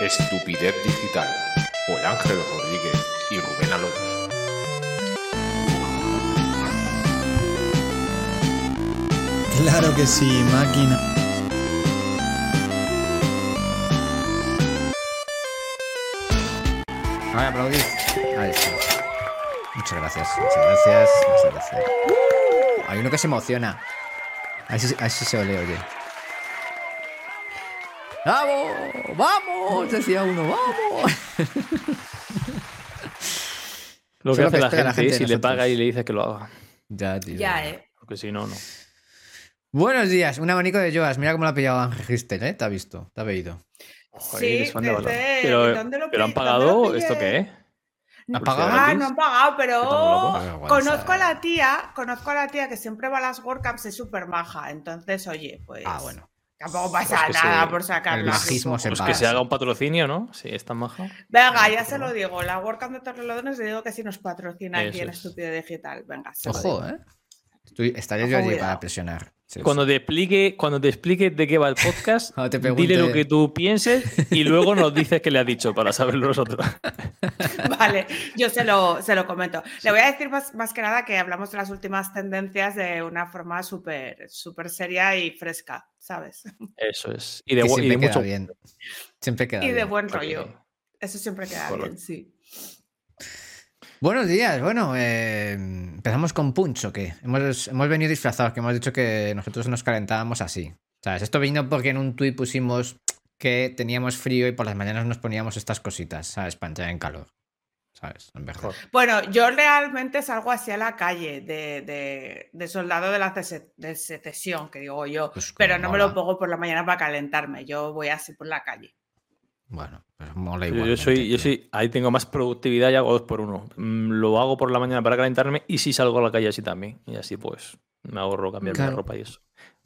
Estupidez Digital, por Ángel Rodríguez y Rubén Alonso. Claro que sí, máquina. A ver, aplaudid. Ahí está. Muchas gracias, muchas gracias, muchas gracias. Hay uno que se emociona. Así, así se ole, oye. ¡Vamos! ¡Vamos! Decía uno, ¡vamos! Lo Eso que es lo hace que la espera gente, la gente es si de le nosotros. paga y le dices que lo haga. Ya, tío. Ya, eh. Porque si no, no. Buenos días, un abanico de Joas. Mira cómo lo ha pillado Ángel Gistel, ¿eh? Te ha visto, te ha veído. Joder, Sí, eres fan de desde- Valorant. ¿dónde Pero, lo pi- pero han dónde lo pagado, pillé? ¿esto qué es? ¿Ha Publicidad pagado? Ah, gratis. no han pagado, pero locos. Estamos Qué conozco vergüenza. a la tía, conozco a la tía que siempre va a las World Cups, es súper maja. Entonces, oye, pues. Ah, bueno. Tampoco pasa Pues que nada se- por el sacarla. majismo se supongo. Pues paga. que se haga un patrocinio, ¿no? Sí, está maja. Venga, ya se lo digo. La World Cup de Torrelodones le digo que si nos patrocina aquí Eso en es. Estúpido Digital. Venga, se lo digo. Ojo, ¿eh? Estoy- estaría Ojo, yo allí cuidado. para presionar. Sí, sí. Cuando te explique, cuando te explique de qué va el podcast, Cuando te dile lo pregunte- que tú pienses y luego nos dices qué le has dicho para saberlo nosotros. Vale, yo se lo, se lo comento. Le voy a decir más, más que nada que hablamos de las últimas tendencias de una forma súper súper seria y fresca, ¿sabes? Eso es. Y de, que gu- y siempre de queda mucho. bien. Siempre queda Y de bien. buen Porque- rollo. Eso siempre queda Correcto. bien, sí. Buenos días, bueno, eh, empezamos con Punch, ¿o qué? Hemos, hemos venido disfrazados, que hemos dicho que nosotros nos calentábamos así. ¿Sabes? Esto vino porque en un tuit pusimos que teníamos frío y por las mañanas nos poníamos estas cositas, ¿sabes? Para entrar en calor. ¿Sabes? En verdad. Joder. Bueno, yo realmente salgo así a la calle de, de- de soldado de la cese- de secesión, que digo yo, Pues como pero no me lo mola. pongo por la mañana para calentarme, yo voy así por la calle. Bueno, pues mola Yo- igual. Yo soy, yo soy, ahí tengo más productividad y hago dos por uno. Mm, Lo hago por la mañana para calentarme y si salgo a la calle así también. Y así pues me ahorro cambiarme Claro. la ropa y eso.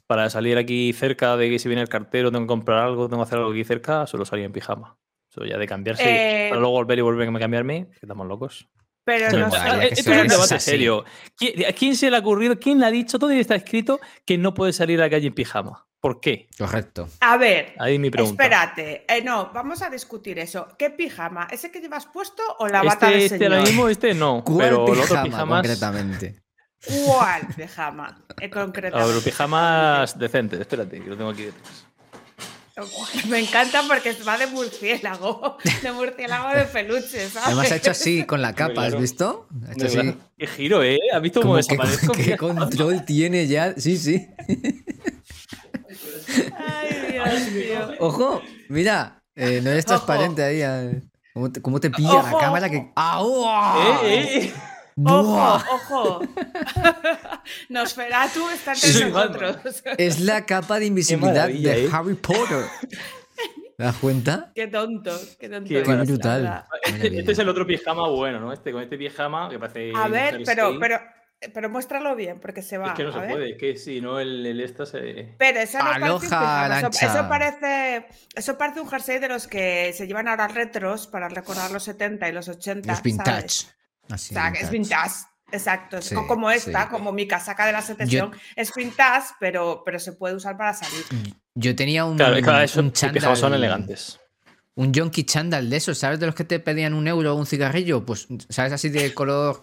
Para salir aquí cerca de que si viene el cartero, tengo que comprar algo, tengo que hacer algo aquí cerca, suelo salir en pijama. Eso ya de cambiarse, Eh, para luego volver y volver a cambiarme, que estamos locos. Pero Pero no mola, soy- ya que esto sea es un debate así. serio. ¿Qui- ¿A quién se le ha ocurrido, quién le ha dicho, dónde está escrito que no puede salir a la calle en pijama? ¿Por qué? Correcto. A ver, Ahí es mi pregunta. espérate, eh, no, vamos a discutir eso. ¿Qué pijama? ¿Ese que llevas puesto o la bata Este, de este señor? ahora mismo, este no. ¿Cuál Pero los otros pijama, pijamas. concretamente? ¿Cuál pijama? Eh, A ver, concretamente. pijamas decentes, espérate, que lo tengo aquí detrás. Me encanta porque va de murciélago, de murciélago de peluche, ¿sabes? Además, ha hecho así con la capa, ¿has claro. visto? Ha hecho así. Qué giro, ¿eh? ¿Has visto cómo Como que, desaparezco? qué control tiene ya. Sí, sí. Ay, Dios mío. Ojo, mira, eh, no eres Ojo. transparente ahí. eh. ¿Cómo te, cómo te pilla la Ojo, cámara que. ojo. ¡Au! Eh, eh, ¡Buah! Ojo, ojo. Nosferatu está entre Soy nosotros. Es la capa de invisibilidad maravilla, de eh. Harry Potter. ¿Te das cuenta? Qué tonto, qué tonto. Qué eres, Qué la maravilla. brutal. verdad. Este, este es el otro pijama bueno, ¿no? Este con este pijama que parece. A un ver, Harry pero, Styles. pero, pero muéstralo bien porque se va. Es que no a se ver. puede, es que si no el, el esta se. Pero esa no parece un Aloha, pijama, eso, Arancha. eso parece, eso parece un jersey de los que se llevan ahora retros para recordar los 70 y los 80. Los vintage. ¿sabes? Así, O sea, que es vintage. Exacto, es Sí, co- como esta, sí. como mi casaca de la secesión, es vintage, pero, pero se puede usar para salir. Mm. Yo tenía un, Claro, es que ahora esos un los chándal- pijamas son elegantes. Un yonki chándal de esos, ¿sabes? De los que te pedían un euro o un cigarrillo. Pues, ¿sabes? Así de color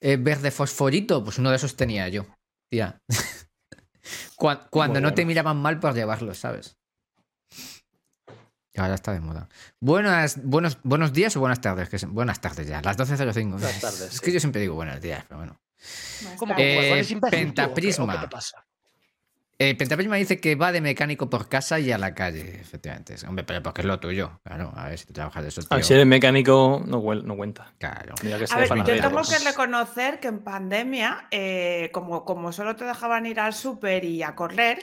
eh, verde fosforito. Pues uno de esos tenía yo. Tía. Cuan- cuando no te bueno. miraban mal por llevarlos, ¿sabes? Ahora está de moda. Buenas, buenos, buenos días o buenas tardes. Que son- buenas tardes ya. Las 12.05. Buenas tardes, Es sí. que yo siempre digo buenos días, pero bueno. Más ¿Cómo? tarde. Eh, ¿Cuál pues, es imbécil, tú, o qué- o pentaprisma. qué te pasa? Eh, Pentaprisma dice que va de mecánico por casa y a la calle, efectivamente. Hombre, pero porque es lo tuyo. Claro, a ver si tú trabajas de eso. Ah, tío. si eres mecánico, no, cuel- no cuenta. Claro. Mira que A sea ver, para yo nada. tengo que reconocer que en pandemia, eh, como, como solo te dejaban ir al súper y a correr,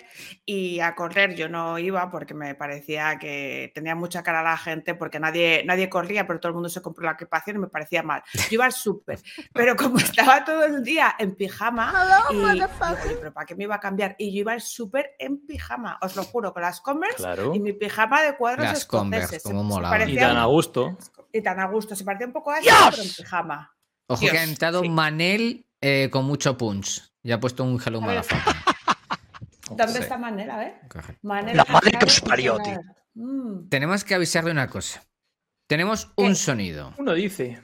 y a correr yo no iba porque me parecía que tenía mucha cara la gente, porque nadie, nadie corría, pero todo el mundo se compró la equipación y me parecía mal. Yo iba al súper, pero como estaba todo el día en pijama, y, digo, "Oye, pero ¿para qué me iba a cambiar? Y yo iba al súper en pijama, os lo juro, con las Converse Claro. y mi pijama de cuadros Las Converse, escoceses. Se- cómo se molaban. Y parecía- tan a gusto. y tan a gusto, se parecía un poco a eso, ¡Dios! pero en pijama. Ojo que ha Dios, entrado sí. Manel eh, con mucho punch. Ya ha puesto un hello A ver. motherfucker. ¿Dónde Sí. está Manel? A ver. Correcto. Manel La madre que Castaño, os parió, Fuenlabrada. Mm. Tenemos que avisar de una cosa. Tenemos un ¿Qué? sonido. Uno dice.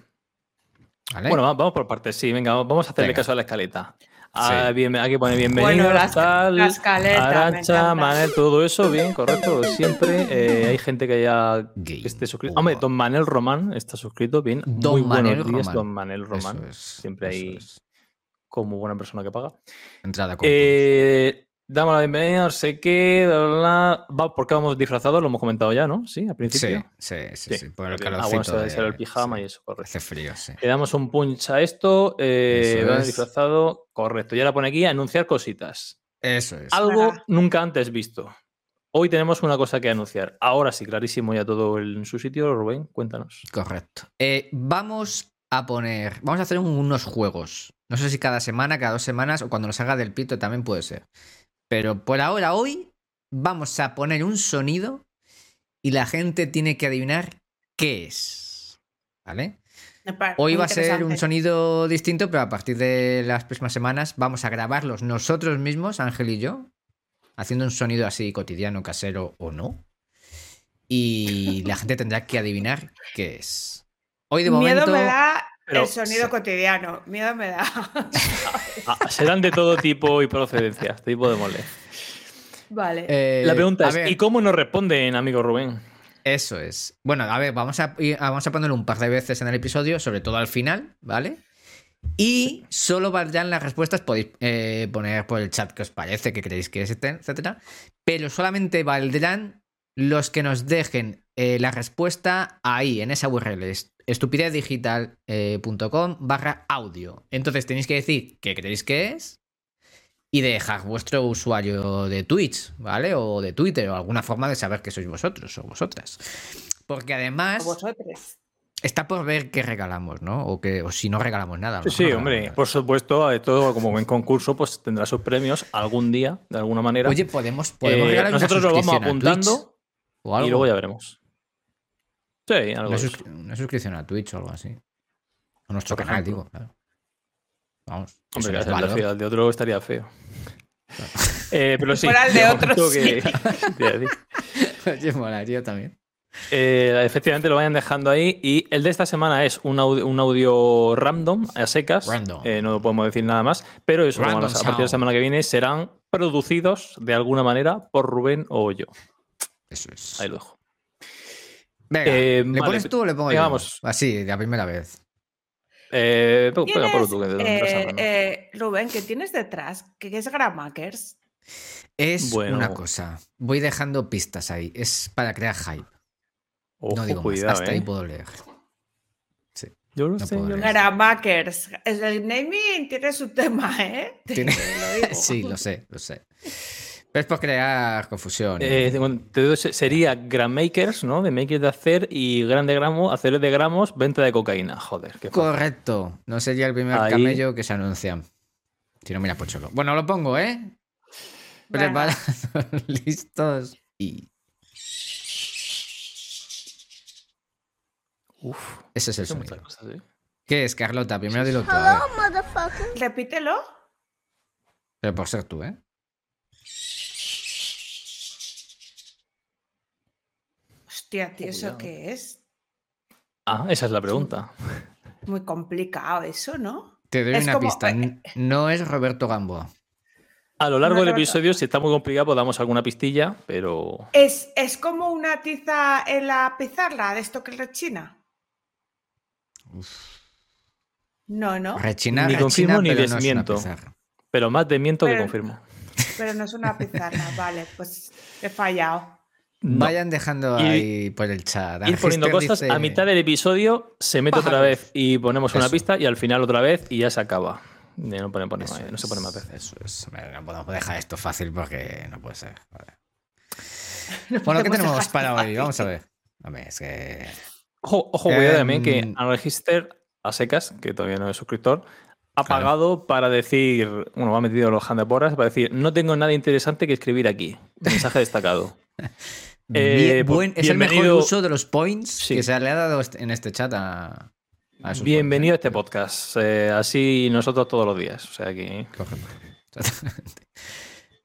¿vale? Bueno, va- vamos por partes, sí, venga, vamos a hacerle ¿Eh? Venga. caso a la escaleta. Sí. Ah, bien, hay que poner bienvenido, Bueno, la esca- tal, la escaleta, me Aracha, eh, em encanta. Manel, todo eso, bien, correcto, siempre. eh, hay gente que ya Game esté suscrito. over. este Hombre, Don Manel Román está suscrito, bien. Don Muy buenos Manel días, Román. Don Manel Eso Román, es, siempre eso hay- es. como buena persona que paga. Entrada con Eh, damos la bienvenida, no sé qué, bla, bla, bla. Va, porque vamos disfrazados, lo hemos comentado ya, ¿no? Sí, al punch. principio. Sí, sí, sí, sí, Por el bien. Ah, calorcito. bueno, se debe ser el de- pijama sí, y eso, correcto. Hace frío, sí. Le damos un punch a esto, eh, Eso va es. disfrazado, correcto. Y ahora pone aquí anunciar cositas. Eso es. Algo Ajá. nunca antes visto. Hoy tenemos una cosa que anunciar. Ahora sí, clarísimo ya todo en su sitio, Rubén, cuéntanos. Correcto. Eh, vamos a poner, vamos a hacer un- unos juegos. No sé si cada semana, cada dos semanas o cuando nos haga del pito también puede ser. Pero por ahora, hoy, vamos a poner un sonido y la gente tiene que adivinar qué es. ¿Vale? Me pare- Hoy muy va a ser un interesante. sonido distinto, pero a partir de las próximas semanas vamos a grabarlos nosotros mismos, Ángel y yo, haciendo un sonido así cotidiano, casero o no. Y la gente tendrá que adivinar qué es. Hoy de Miedo momento. me da Pero- el sonido sí. cotidiano. Miedo me da. Ah, serán de todo tipo y procedencia, tipo de mole. vale. eh, La pregunta a es, ver, ¿y cómo nos responden, amigo Rubén? Eso es. Bueno, a ver, vamos a, ir- vamos a ponerlo un par de veces en el episodio, sobre todo al final, ¿vale? Y solo valdrán las respuestas, podéis eh, poner por el chat que os parece, que creéis que es, etcétera, etcétera. Pero solamente valdrán los que nos dejen eh, la respuesta ahí, en esa URL, es- estupidezdigital.com barra audio. Entonces tenéis que decir qué creéis que es y dejar vuestro usuario de Twitch, ¿vale? O de Twitter, o alguna forma de saber que sois vosotros o vosotras. Porque además O Eh, vosotros. está por ver qué regalamos, ¿no? O, que, o si no regalamos nada. a lo Sí, sí, mejor hombre, regalamos por supuesto, eh, todo como buen concurso, pues tendrá sus premios algún día, de alguna manera. nada. Oye, podemos, podemos Eh, regalar una nosotros lo vamos suscripción a Twitch apuntando o algo. y luego ya veremos. Sí, algo una, de sus- eso. una suscripción a Twitch o algo así. A nuestro Por canal, ejemplo. digo, claro. Vamos. eso Hombre, no es hacer la valor. fiel de otro estaría feo. Eh, pero sí. Fuera el de otro, momento sí. te iba a decir. Oye, molaría también. Eh, efectivamente lo vayan dejando ahí. Y el de esta semana es un audio, un audio random, a secas. Random. Eh, no podemos decir nada más. Pero eso, Random vamos a, a partir de la sound. semana que viene, serán producidos de alguna manera por Rubén o yo. Eso es. Ahí lo dejo. Venga, Eh, ¿le vale, pones tú o le pongo venga, yo? vamos. Así, la primera vez. Eh, venga, ¿Quién ponlo es, tú, que de- eh, mientras hablan. eh, Rubén, ¿qué tienes detrás? ¿Qué es Gramakers? Es Bueno. una cosa. Voy dejando pistas ahí. Es para crear hype. Ojo, no digo cuidado, más. Hasta eh. ahí puedo leer. Yo lo no sé, puedo yo lo leer. sé. Gramakers. Es- El naming tiene su tema, ¿eh? Te- Tiene- te lo digo. Sí, lo sé, lo sé. Pero es por crear confusión. y- Eh, bueno, te doy- se- sería Grammakers, ¿no? De makers de hacer y grande gramo, hacer de gramos, venta de cocaína. Joder, qué fácil. Correcto. No sería el primer Ahí. camello que se anuncia. Si no, mira, pocholo. Bueno, lo pongo, ¿eh? Venga. Preparados, listos y... Uf, Ese es el son muchas sonido. cosas, ¿eh? ¿Qué es, Carlota? Primero dilo tú. a ver. Repítelo. Pero por ser tú, ¿eh? Hostia, tío, ¿eso Cuidado. qué es? Ah, esa es la pregunta. Muy complicado eso, ¿no? Te doy Es una como- eh, pista. N- No es Roberto Gamboa. A lo largo No, del no, no. episodio, si está muy complicado, pues damos alguna pistilla, pero. Es, es como una tiza en la pizarra de esto que rechina. No, no, Rechina, Ni rechina, confirmo ni pero no es una desmiento. pizarra. Pero más desmiento que Pero- confirmo. pero no es una pizarra. Vale, pues he fallado. No. Vayan dejando Ir- ahí por el chat. Ir Ángel poniendo Gister cosas, dice- a mitad del episodio se mete otra Pájaros. vez y ponemos una Eso. pista y al final otra vez y ya se acaba. Eh, No, pone- pone- Eso no se pone más es, veces. Eso es. Hombre, No podemos dejar esto fácil porque no puede ser. joder. Bueno, ¿qué podemos dejar tenemos esto para hoy? fácil. Vamos a ver. Hombre, es que. Ojo, ojo cuidado también que Em, Anregister a secas, que todavía no es suscriptor, ha Claro. pagado para decir, bueno, me ha metido los handaporas para decir, no tengo nada interesante que escribir aquí. Mensaje destacado. Eh, bien- pues, buen- es el mejor bienvenido- uso de los points Sí. que se le ha dado est- en este chat a. a esos Bienvenido a points, este ¿eh? podcast. eh, así nosotros todos los días. O sea que. Correcto. Exactamente.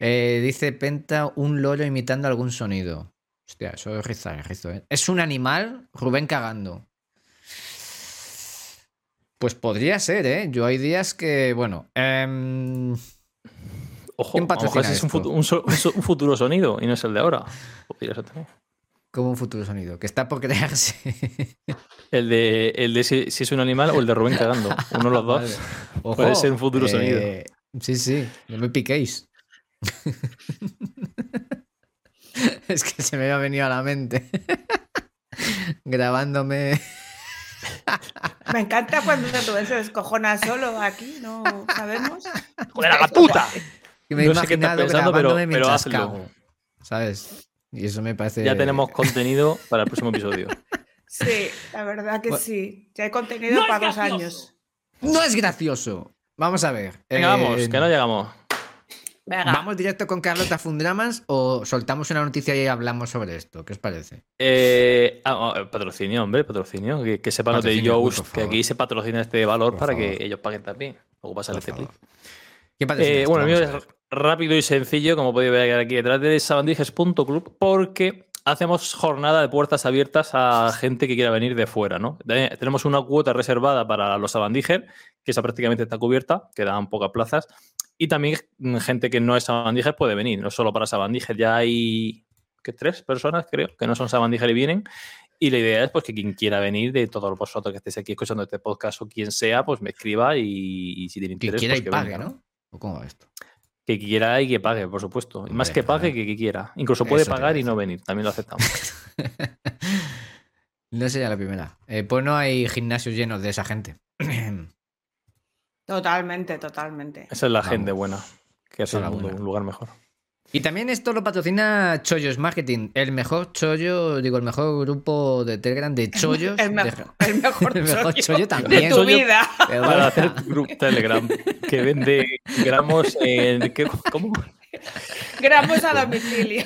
Eh, dice Penta un loro imitando algún sonido. Hostia, eso es rizar, rizo, ¿eh? Es un animal, Rubén cagando. Pues podría ser, ¿eh? Yo hay días que, bueno. em, Ojo, ¿Quién a lo mejor patrocina ese es un, esto? futu- un so- un so- un futuro sonido y no es el de ahora. Podría ser también. como un futuro sonido, que está por crearse. El de, el de si, si es un animal o el de Rubén cagando. Uno de los dos. Ojo, eh, Puede ser un futuro sonido. Sí, sí, no me piquéis. es que se me ha venido a la mente. Grabándome. Me encanta cuando tú se descojona solo aquí, no sabemos. ¡Joder, a la puta! que me he No sé qué estás imaginado pensando, pero- grabándome pero mientras hazlo. cago, ¿Sabes? Y eso me parece. Ya tenemos contenido para el próximo episodio. Sí, la verdad que Bu- sí. Ya hay contenido para dos años. ¡No es gracioso! Vamos a ver. Venga, vamos, eh, que no llegamos. Venga, ¿Vamos directo con Carlota Fundramas o soltamos una noticia y hablamos sobre esto? ¿Qué os parece? Eh, ah, ah, patrocinio, hombre, patrocinio. Que, que sepan los de Patrocinio, por Yoast que favor. aquí se patrocina este valor Por para favor. que ellos paguen también. Luego pasa Por este clip. favor. ¿Quién patrocina Eh, esto? bueno, el mío Vamos a es ver. rápido y sencillo, como podéis ver aquí detrás de sabandijes.club, porque hacemos jornada de puertas abiertas a gente que quiera venir de fuera, ¿no? De- tenemos una cuota reservada para los sabandijes, que esa prácticamente está cubierta, quedan pocas plazas, y también mm, gente que no es sabandijes puede venir, no solo para sabandijes, ya hay que tres personas, creo, que no son sabandijes y vienen. Y la idea es pues, que quien quiera venir, de todos vosotros que estéis aquí escuchando este podcast o quien sea, pues me escriba y, y si tiene Que interés, quiera pues, y que pague, venga, ¿no? ¿O cómo va esto? que quiera y que pague, por supuesto. Y más Hombre, que pague, claro. que, que quiera. Incluso puede Eso te iba a pagar y no decir. venir, también lo aceptamos. no sería la primera. Eh, pues no hay gimnasios llenos de esa gente. totalmente, totalmente. Esa es la Vamos. gente buena, Esa que hace es el la mundo buena. un lugar mejor. y también esto lo patrocina Chollos Marketing, el mejor chollo, digo, el mejor grupo de Telegram de chollos. de- El, mejor el mejor El mejor chollo chollo de también. tu Chollo- vida. Perdón. Para hacer grupo Telegram, que vende gramos en... ¿qué- ¿Cómo? Gramos a domicilio.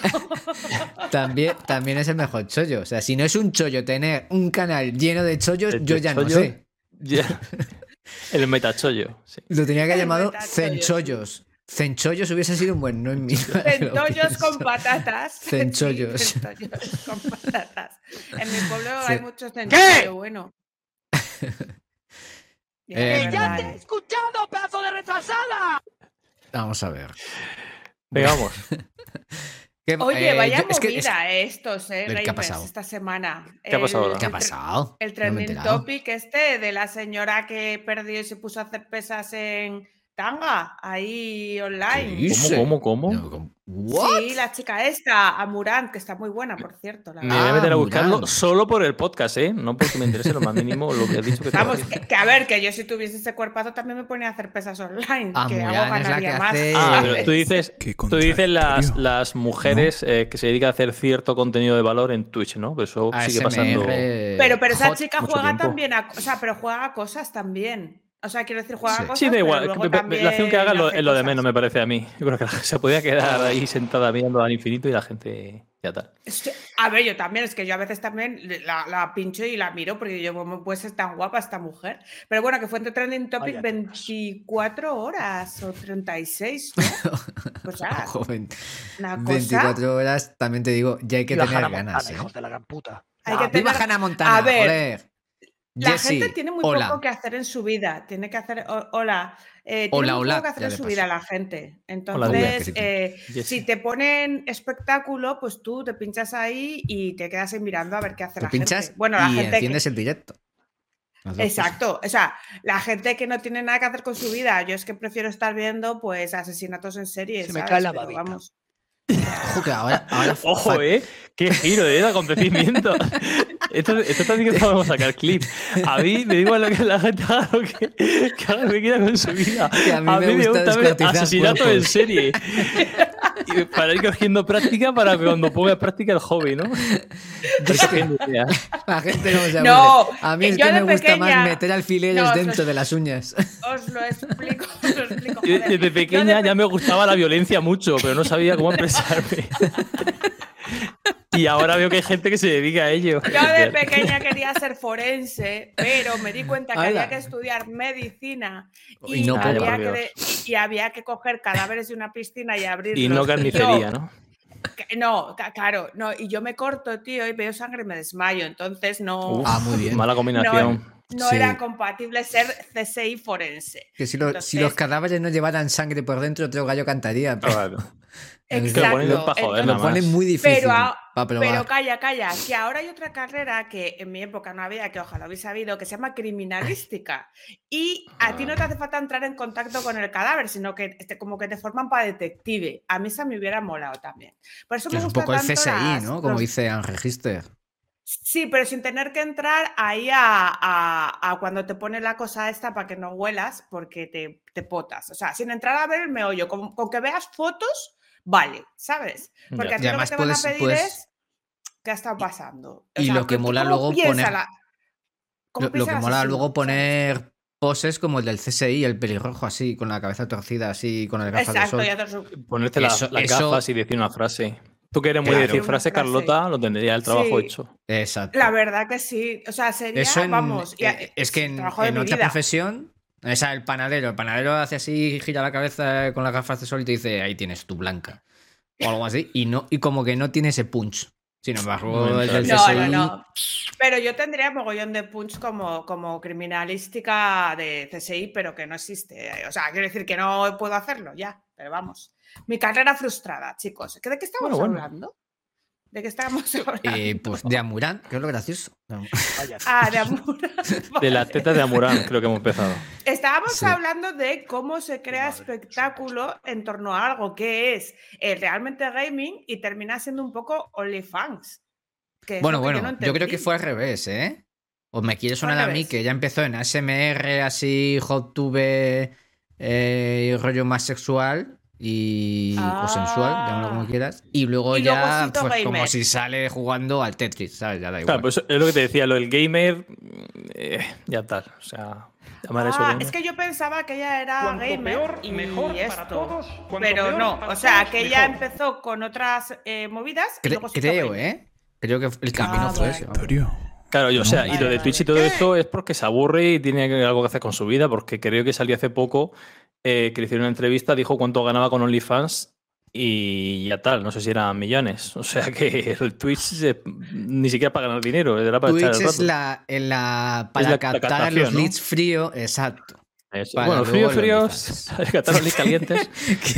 También, también es el mejor chollo. O sea, si no es un chollo tener un canal lleno de chollos, De yo ya no chollo. sé. Ya. El metachollo, sí. Lo tenía que haber El llamado metachollos. cenchollos. Cenchollos hubiese sido un buen nombre. Centollos con patatas. Sí, Centollos. centollos con patatas. En mi pueblo Ce- hay muchos centollos, bueno. Y es Eh, verdad, ya te ¿eh? escuchado, pedazo de retrasada! Vamos a ver. Venga, vamos. Que, Oye, eh, vaya yo- es que- es- movida eh, estos, eh, ¿Qué ha gamers pasado? esta semana. ¿Qué ha El- pasado ahora? ¿Qué ha el tre- pasado? El No me he trending enterado. topic este de la señora que perdió y se puso a hacer pesas en tanga, ahí online. ¿Qué dice? ¿Cómo, cómo, cómo? No, como- ¿What? Sí, la chica esta, Amurán, que está muy buena, por cierto. La Me verdad. voy a meter a Ah, buscarlo Murán. solo por el podcast, ¿eh? No porque me interese lo más mínimo lo que has dicho que te va a Vamos, decir. que, que a ver, que yo si tuviese ese cuerpazo también me ponía a hacer pesas online. Ah, que Murán hago es la que ganaría más. hace- Ah, Eh, pero tú dices, Qué tú dices las, contradictorio. las mujeres eh, que se dedican a hacer cierto contenido de valor en Twitch, ¿no? Pero eso Oh, sigue pasando. ASMR, Pero, pero esa hot- chica mucho juega tiempo. también a, o sea, pero juega a cosas también. O sea, quiero decir, juega Sí. a cosas. Sí, da pero igual. luego pe- pe- La acción que haga también lo- es lo de hace menos, me parece a mí. Yo creo que se podía quedar ahí sentada mirando al infinito y la gente ya tal. Sí, A ver, yo también, es que yo a veces también le- la, la pincho y la miro porque yo, ¿cómo puede ser tan guapa esta mujer? Pero bueno, que fue entre Trending Topic 24 horas o 36. ¿no? Pues nada, joven, una cosa. 24 horas, también te digo, ya hay que Viva tener Hannah ganas. Montana, ¿eh? hijos de la gran puta. Hay que ¡Viva tener Hannah Montana! A ver, joder! La Jessie, gente tiene muy hola. poco que hacer en su vida. Tiene que hacer. o- hola. eh, tiene Hola, muy hola, poco que hacer ya en de su paso. vida la gente. Hola, Nuria, Entonces, querida. eh, Yes. si te ponen espectáculo, pues tú te pinchas ahí y te quedas ahí mirando a ver qué hace Tú la pinchas gente. Bueno, la y gente. que- enciendes el directo. Las dos Exacto, o sea, la gente que no tiene nada que hacer con su vida, yo es que prefiero estar viendo pues asesinatos en series. Se me ¿sabes? cae la Pero babita. vamos. cosas. Ojo, que ahora, ahora Ojo, ¿eh? Qué giro de acontecimiento. Esto, esto también que vamos a sacar clip. A mí me digo lo que la gente haga lo que, que haga lo que quiera con su vida. Que a mí me gusta ver descuartizar asesinato en cuerpos. serie. Y para ir cogiendo práctica para que cuando ponga en práctica el hobby, ¿no? Recogiendo ideas. La gente no se aburre. No, A mí que es yo que me de gusta pequeña- más meter alfileres No, otros- dentro de las uñas. Os lo explico, os lo Yo explico. joder. Yo desde de pequeña pe- ya me gustaba la violencia mucho, pero no sabía cómo expresarme. Y ahora veo que hay gente que se dedica a ello. Yo de pequeña quería ser forense, pero me di cuenta que Ala. había que estudiar medicina y, Y no puedo. había Ay, por que, y había que coger cadáveres de una piscina y abrirlos. Y no yo, carnicería, ¿no? que- No, ca- claro, no, y yo me corto, tío, y veo sangre y me desmayo, entonces no, Uf, Ah, muy bien. Mala combinación. no sí. era compatible ser CSI forense. Que si, los- si Entonces- los cadáveres no llevaran sangre por dentro, otro gallo cantaría. Pero Claro. Es que Exacto. lo ponen pa' joder, lo entonces- nada más. ponen muy difícil Pero a- para probar. Pero calla, calla, que ahora hay otra carrera que en mi época no había, que ojalá hubiese habido, que se llama criminalística. Y a ti no te hace falta entrar en contacto con el cadáver, sino que te- como que te forman para detective. A mí esa me hubiera molado también. Por eso Que me es un gusta poco el tanto CSI, las- ¿no? Como los- dice Ángel Gister. Sí, pero sin tener que entrar ahí a, a- a cuando te pone la cosa esta para que no huelas porque te, te potas. O sea, sin entrar a ver el meollo, con, con que veas fotos, vale, ¿sabes? Porque Ya. a ti Mm, lo que además te van a puedes- pedir puedes- es qué ha estado pasando. O y lo que ¿tú mola cómo luego piensa poner- la- cómo Lo, lo piensa que el mola asesino, luego ¿sabes? poner poses como el del CSI, el pelirrojo así, con la cabeza torcida así, con el gafas de Exacto, sol. ya te lo- Ponerte la- Eso- las eso- gafas y decir una frase. Tú que eres muy de Claro. decir frase, Una frase. Carlota, lo tendría el trabajo Sí. hecho. Exacto. La verdad que sí. O sea, sería, Eso en- vamos, y a- eh, es que en, trabajo de en mi otra vida. profesión, o sea, el panadero, el panadero hace así, gira la cabeza con las gafas de sol y te dice, ahí tienes tu blanca. O algo así. Y no, y como que no tiene ese punch. Sin embargo, No el del entra. No, CSI. no, no. Pero yo tendría mogollón de punch como, como criminalística de CSI, pero que no existe. O sea, quiero decir que no puedo hacerlo ya, pero vamos. Mi carrera frustrada, chicos. ¿De qué estamos Bueno, bueno. hablando? ¿De qué estamos hablando? eh, pues de Amurán, que es lo gracioso. No. Vaya. Ah, de amor. De las Vale. tetas de Amurán, creo que hemos empezado. Estábamos Sí. hablando de cómo se crea espectáculo en torno a algo que es eh, realmente gaming y termina siendo un poco OnlyFans. que es Bueno, lo que bueno, yo, no creo que entendí. fue al revés, ¿eh? O me quiere Fue al sonar a mí revés. que ya empezó en ASMR, así, hot tube, eh, rollo más sexual y, o sensual, Ah. llámalo como quieras. Y luego Y luego ya, Sito pues, como Gamer. si sale jugando al Tetris, ¿sabes? Ya da igual. Claro, pues es lo que te decía, lo del gamer, eh, ya tal. O sea, llamar eso Ah, gamer. es que yo pensaba que ella era Cuanto gamer peor, y mejor esto. para todos. Cuanto pero peor no, para o sea, todos, que ella mejor. empezó con otras eh, movidas. y Cre- luego se hizo creo, gamer. ¿eh? Creo que el camino Ah, fue vale. ese. vamos. Claro, yo, o sea, y Vale, lo de vale. Twitch y todo esto es porque se aburre y tiene que- algo que hacer con su vida, porque creo que salió hace poco eh, que le hicieron una entrevista, dijo cuánto ganaba con OnlyFans y ya tal, no sé si eran millones. O sea que el Twitch se- ni siquiera es para ganar dinero, era para echar Twitch el es rato. la, en la para la- la captar a los captación, ¿no? leads frío, exacto. Eso. para bueno, luego fríos, el fríos, OnlyFans. gastar los calientes.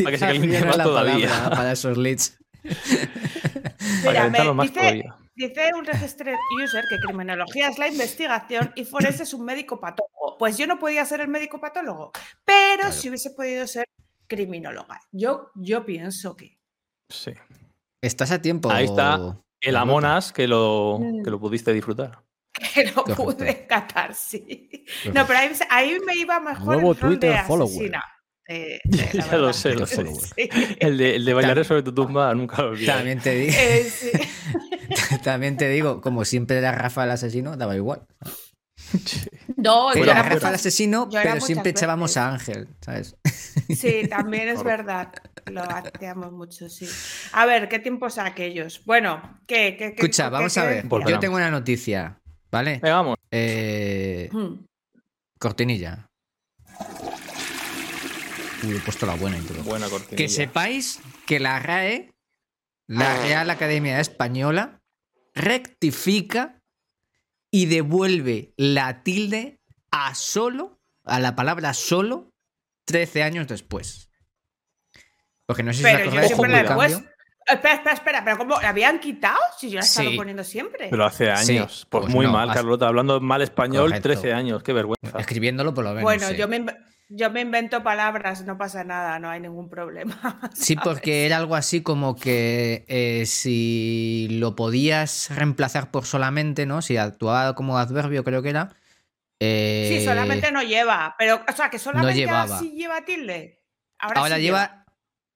Para que se caliente más todavía. para esos leads. Para Mira, calentarlo me más dice- todavía. Dice un registered user que criminología es la investigación y forense es un médico patólogo. Pues yo no podía ser el médico patólogo, pero si hubiese podido ser criminóloga. Yo, yo pienso que. Sí. Estás a tiempo. Ahí está. El Correcto. Amonas que lo, Mm. que lo pudiste disfrutar. que no Correcto. pude catar, sí. No, pero ahí, ahí me iba mejor Nuevo el rol de Twitter follower. asesina. Eh, eh, la Ya verdad. lo sé, lo sé. Sí. El de, el de bailar También- sobre tu tumba nunca lo olvidaré. También te digo. Eh, sí. También te digo, como siempre era Rafa el asesino, daba igual. No, yo Era era Rafa muchas- el asesino, yo era pero muchas siempre echábamos veces. a Ángel, ¿sabes? Sí, también es verdad. Lo hacíamos mucho, sí. A ver, ¿qué tiempos aquellos? Bueno, ¿qué? qué, qué- Escucha, qué- vamos qué- a ver. Volverán. Yo tengo una noticia, ¿vale? Venga, vamos. Eh, Hmm. cortinilla. Uy, he puesto la buena intro. Buena cortina. Que sepáis que la RAE, la Real Academia Española, rectifica y devuelve la tilde a solo, a la palabra solo, 13 años después. Porque no sé si Pero os yo acordáis siempre hubo la un he cambio. puesto. Espera, espera, espera, ¿pero cómo? ¿La habían quitado? Si yo la he estado Sí. poniendo siempre. Pero hace Sí, años. pues, pues muy no, mal, hace- Carlota. Hablando mal español, Correcto. 13 años. Qué vergüenza. Escribiéndolo por lo menos. bueno, sí. yo, me, inv- yo me invento palabras, no pasa nada, no hay ningún problema. Sí, porque era algo así como que eh, si lo podías reemplazar por solamente, ¿no? Si actuaba como adverbio, creo que era. Sí, eh, solamente no lleva, pero, o sea, que solamente llevaba. ahora sí lleva tilde. Ahora, Ahora sí lleva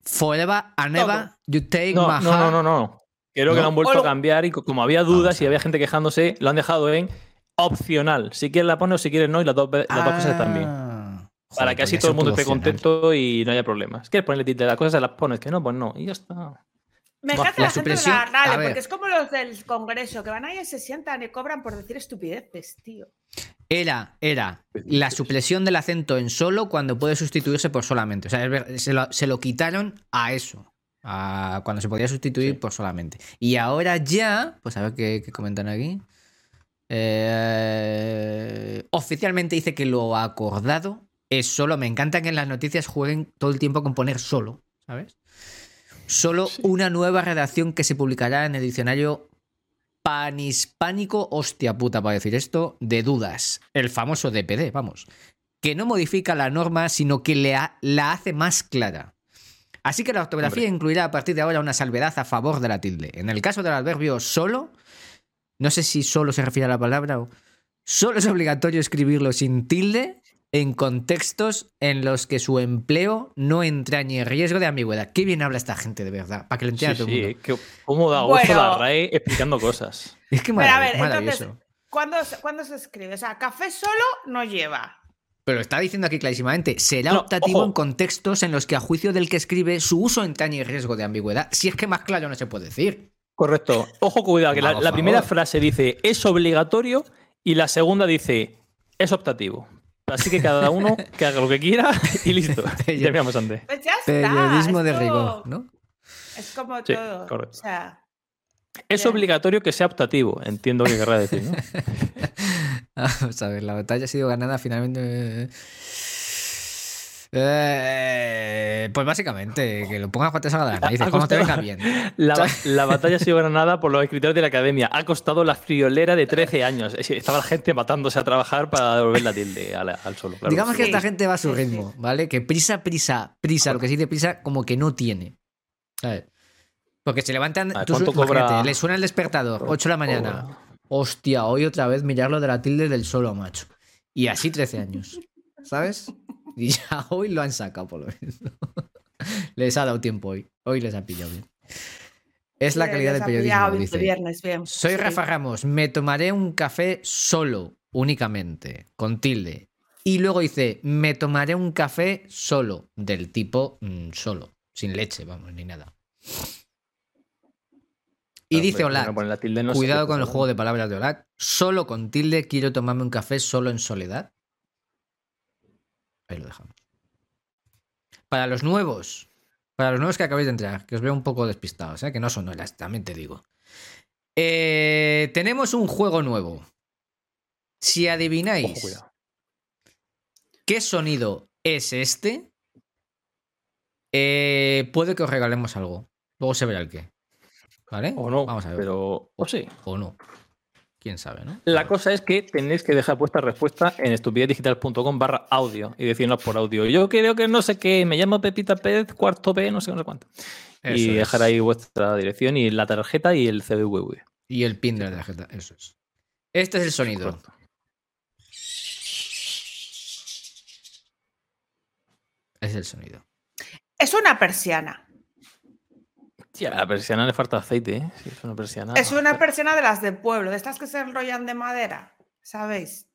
Forever and Todo. ever, you take No, my no, no, heart. no, no. Creo que No. lo han vuelto Olo- a cambiar y co- como había dudas y había gente quejándose, lo han dejado en opcional. Si quieres la pone o si quieres no, y las dos, ve- las dos cosas están bien. Ah. Para Joder, que así podía todo el ser mundo esté opcional. contento y no haya problemas. ¿Quieres ponerle tilde a las cosas? Se las pones. Que no, pues no. Y ya está. Me Buah, encanta la la, gente de supresión, la RAE, a ver. porque es como los del Congreso, que van ahí y se sientan y cobran por decir estupideces, tío. Era, era la supresión del acento en solo cuando puede sustituirse por solamente. O sea, es ver- se lo, se lo quitaron a eso. a cuando se podía sustituir por solamente. Y ahora ya, pues a ver qué, qué comentan aquí. Eh, oficialmente dice que lo acordado es solo. Me encanta que en las noticias jueguen todo el tiempo con poner solo, ¿sabes? Solo una nueva redacción que se publicará en el diccionario panhispánico, hostia puta para decir esto, de dudas. El famoso DPD, vamos. Que no modifica la norma, sino que le ha- la hace más clara. Así que la ortografía incluirá a partir de ahora una salvedad a favor de la tilde. En el caso del adverbio solo, no sé si solo se refiere a la palabra o solo es obligatorio escribirlo sin tilde en contextos en los que su empleo no entrañe riesgo de ambigüedad. Qué bien habla esta gente de verdad, para que lo entienda Sí, todo el sí, mundo. es que cómo da gozo Bueno. la RAE explicando cosas. Es que Pero a ver, marav- maravilloso. entonces, ¿cuándo, se- cuándo se escribe? O sea, café solo no lleva. Pero está diciendo aquí clarísimamente, será No, optativo ojo. en contextos en los que a juicio del que escribe su uso entrañe riesgo de ambigüedad. Si es que más claro no se puede decir. Correcto. Ojo, cuidado, que la, Vamos, la por primera favor. frase dice es obligatorio y la segunda dice es optativo. Así que cada uno que haga lo que quiera y listo. Ello- ya miramos antes. Pues ya está. Periodismo es de todo- rigor, ¿no? Es como Sí, todo. correcto. O sea, Es Bien. obligatorio que sea optativo, entiendo que querrá decir, ¿no? Vamos a ver, la batalla ha sido ganada finalmente. Eh, pues básicamente, que lo pongas cuando te salga de las narices, Ha cuando te venga costado. bien. La, ba- la batalla ha sido ganada por los escritores de la academia. Ha costado la friolera de 13 años. Es decir, Estaba la gente matándose a trabajar para devolver la tilde a la- al solo. claro. Digamos que Sí, esta gente va a su sí, sí. ritmo, ¿vale? Que prisa, prisa, prisa, lo que se dice prisa, como que no tiene. ¿Sabes? Porque se levantan. A ver, tú su- ¿cuánto cobra- imagínate, Le suena el despertador, 8 de la mañana. Hostia, hoy otra vez mirar lo de la tilde del solo, macho. Y así 13 años. ¿Sabes? Y ya hoy lo han sacado, por lo menos. Les ha dado tiempo hoy. Hoy les ha pillado bien. Es la les- calidad les del ha pillado periodismo, bien, dice. viernes, bien. Soy Sí. Rafa Ramos, me tomaré un café solo, únicamente, con tilde. Y luego dice, me tomaré un café solo, del tipo mm, solo, sin leche, vamos, ni nada. Y Hombre, dice no hola, ponen la tilde, no sé cuidado qué con el cosa, juego de palabras de Olat, solo con tilde quiero tomarme un café solo en soledad. Ahí lo dejamos. Para los nuevos, para los nuevos que acabáis de entrar, que os veo un poco despistados, ¿eh? que no son olas, también te digo. Eh, tenemos un juego nuevo. Si ¿no? adivináis Ojo, cuidado. qué sonido es este, eh, puede que os regalemos algo. Luego se verá el qué. ¿Vale? O no, Vamos a ver. pero... O sí. O no. Quién sabe, ¿no? La cosa es que tenéis que dejar vuestra respuesta en estupidezdigital.com barra audio y decirnos por audio. Yo creo que no sé qué, me llamo Pepita Pérez, cuarto B, no sé, no sé cuánto. y Eso es. dejar ahí vuestra dirección y la tarjeta y el CVV. Y el pin de la tarjeta, eso es. Este es el sonido. Correcto. Es el sonido. Es una persiana. Tía, a la persiana le falta aceite, ¿eh? Sí, es una persiana. Ah, es una persiana de las de pueblo, de estas que se enrollan de madera, ¿sabéis?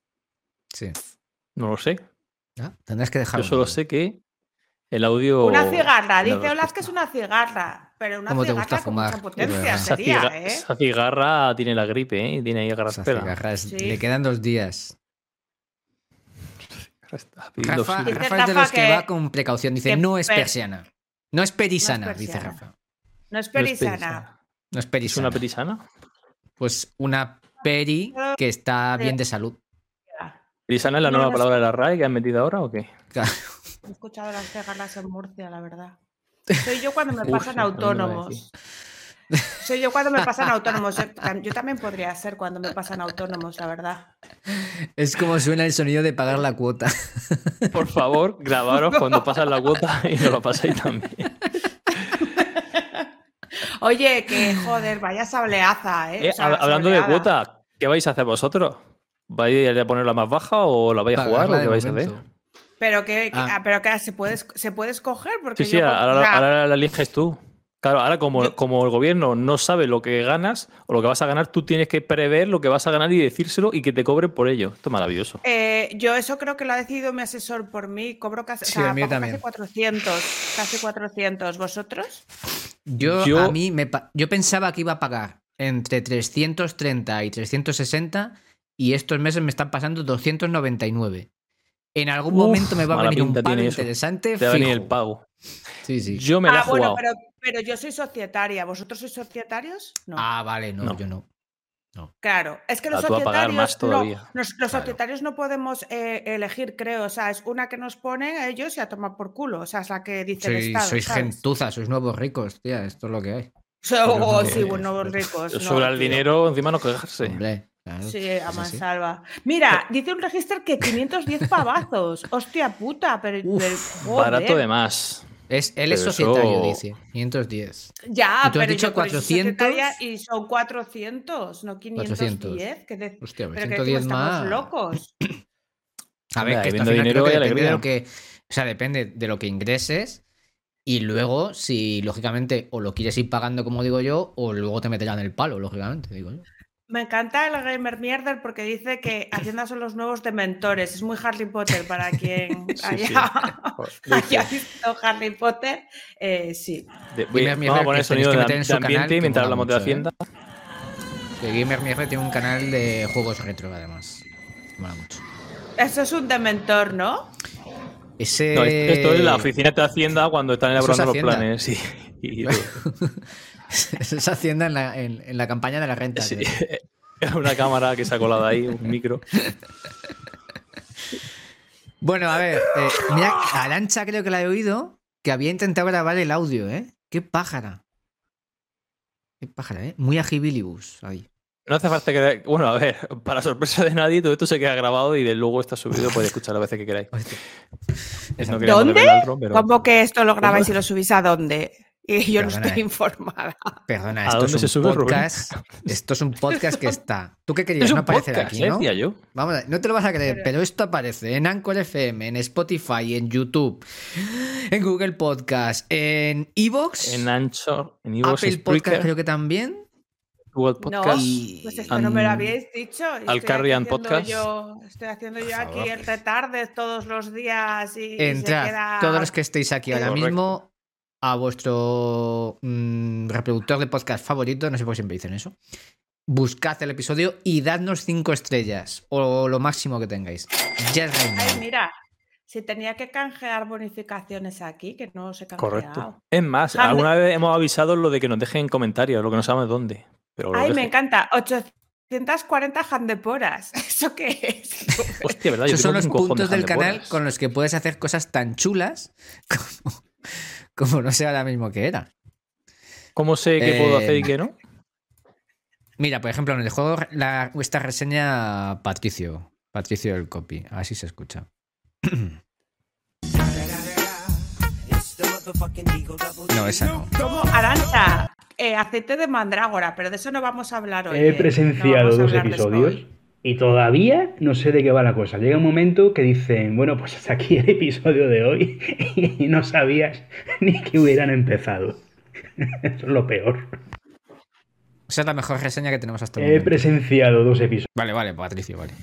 Sí. No lo sé. Ah, Tendrás que dejarlo. Yo solo sé que el Oh, audio. Una cigarra, la dice Olas respuesta. que es una cigarra, pero una ¿Cómo te cigarra gusta con fumar? mucha De potencia verdad. Esa, sería, ciga- ¿eh? esa cigarra tiene la gripe, ¿eh? Y tiene ahí Esas garraspera. cigarras, Sí. Le quedan dos días. Está pidiendo Rafa, auxilio. Dice Rafa es de los Rafa que, que- va con precaución. Dice, que no es per- persiana. No es perisana, dice persiana. Rafa. No es No es perisana. perisana. No es ¿Es perisana. una perisana? pues una peri que está bien de salud. ¿Perisana es la No, nueva no sé. palabra de la RAE que han metido ahora o qué? Claro. He escuchado las cigarras en Murcia, la verdad. Soy yo cuando me Uy, pasan a mí me va a autónomos. Soy yo cuando me pasan autónomos. Yo tam- yo también podría ser cuando me pasan autónomos, la verdad. Es como suena el sonido de pagar la cuota. Por favor, grabaros cuando pasan la cuota y nos lo pasáis también. Oye, que joder, vaya sableaza, ¿eh? Eh, O sea, hab- hablando de sableada. cuota, ¿qué vais a hacer vosotros? ¿Vais a ponerla más baja o la vais a jugar Pagarla o de qué vais a momento. hacer? Pero que, que- Ah. ah, pero que se puede, es- se puede escoger porque Sí, sí, yo con- o ahora, sea, ahora la eliges tú. Claro, ahora como, Yo- como el gobierno no sabe lo que ganas o lo que vas a ganar, tú tienes que prever lo que vas a ganar y decírselo y que te cobren por ello. Esto es maravilloso. eh, yo eso creo que lo ha decidido mi asesor por mí. Cobro casi, o Sí, sea, el mío pago también. casi 400, casi 400. ¿Vosotros? Yo, Yo- a mí me pa- yo pensaba que iba a pagar entre 330 y 360 y estos meses me están pasando 299. En algún Uf, momento me va a mala venir un pinta palo tiene eso. interesante. Te va a venir fijo. el pago. Sí, sí. Yo me la he ah, bueno, jugado. pero, Pero yo soy societaria. ¿Vosotros sois societarios? No. Ah, vale, no, No. yo no. Claro, es que Ah, los tú a societarios, pagar más no, todavía. nos- los Claro. societarios no podemos eh, elegir, creo. O sea, es una que nos ponen a ellos y a tomar por culo. O sea, es la que dice el Sois, Estado. sois ¿sabes? gentuza, sois nuevos ricos, tía, esto es lo que hay. So- Pero oh, no, sí, eh, buenos ricos. pues no, Sobre el tío. dinero, encima no quejarse. Hombre, claro, Sí, es a así. mansalva. Mira, dice un registro que 510 pavazos. Hostia puta, pero. Uf, pero- joder. Barato de más. Es, él es Pero societario, eso- dice. 510. Ya, ¿Y tú has pero dicho yo- pero yo 400? soy secretaria Y son 400, no 510. Que de- Hostia, pero que 110 decimos, más. estamos locos. A ver, Hombre, que esto al habiendo final creo dinero que hay depende de lo alegría. que. O sea, depende de lo que ingreses. Y luego, si lógicamente, o lo quieres ir pagando, como digo yo, o luego te meterán el palo, lógicamente, digo yo. Me encanta el gamer mierder porque dice que Hacienda son los nuevos dementores. Es muy Harry Potter para quien Sí, haya, sí. haya visto Harry Potter. Eh, sí. De- Dime, oye, mira, vamos a que poner tenéis sonido que de, meter en de su canal, ambiente que mientras mola hablamos de mucho, ¿eh? Hacienda. Que Gamer Mierda tiene un canal de juegos retro, además. Mola mucho. Eso es un dementor, ¿no? Ese... No, esto es la oficina de Hacienda cuando están Eh, Eso es elaborando los Hacienda. planes. y- y- Esa hacienda en la, en, en la campaña de la renta. Sí. creo. una cámara que se ha colado ahí, un micro. Bueno, a ver, eh, mira, a Lancha creo que la he oído, que había intentado grabar el audio, ¿eh? Qué pájara. Qué pájara, ¿eh? Muy agibilibus ahí. No hace falta que. Bueno, a ver, para sorpresa de nadie, todo esto se queda grabado y de luego está subido, podéis escuchar las veces que queráis. Hostia. No Exacto. queríamos ¿Dónde? revelarlo, pero- ¿Cómo que esto lo grabáis ¿Cómo? y lo subís a dónde? Y yo no Perdona, estoy eh. informada. Perdona, ¿A esto dónde es un se sube, Rubén? podcast. Esto es un podcast que está. ¿Tú qué querías? Es No un aparecer podcast, aquí, eh, ¿no? decía yo. Vamos a ver, no te lo vas a creer, pero esto aparece en Anchor FM, en Spotify, en YouTube, en Google Podcast, en Evox, En Anchor, en Ivo, Apple Podcast Spreaker, creo que también. Google No, Podcast. pues esto no me lo An- habíais dicho. y al estoy Carry aquí and haciendo Podcast. Yo, estoy haciendo yo Por aquí favor. el retarde todos los días y, y se Entrad, queda- todos los que estéis aquí ahora Correcto. mismo, a vuestro mm, reproductor de podcast favorito, no sé por qué siempre dicen eso. Buscad el episodio y dadnos cinco estrellas o lo máximo que tengáis. Ya es reino. Ay, mira, si tenía que canjear bonificaciones aquí, que no se he canjeado. Correcto. Es más, Hambre- alguna vez hemos avisado lo de que nos dejen comentarios, lo que no sabemos dónde. Pero lo Ay, me dejen. encanta. 840 handeporas. ¿Eso qué es? Hostia, ¿verdad? Yo Esos son tengo los un cojón de puntos del handball. canal con los que puedes hacer cosas tan chulas como, como no sé ahora mismo que era. ¿Cómo sé qué puedo hacer y Eh, qué no? Mira, por ejemplo, en el juego la, esta reseña Patricio. Patricio el copy. Así se escucha. No, esa no. Como Arancha, eh, aceite de mandrágora, pero de eso no vamos a hablar hoy. ¿eh? He No presenciado vamos a dos hablar de eso episodios hoy. y todavía no sé de qué va la cosa. Llega un momento que dicen, bueno, pues hasta aquí el episodio de hoy y no sabías ni que hubieran empezado. Eso es lo peor. Esa es la mejor reseña que tenemos hasta el He momento. presenciado dos episodios. Vale, vale, Patricio, vale.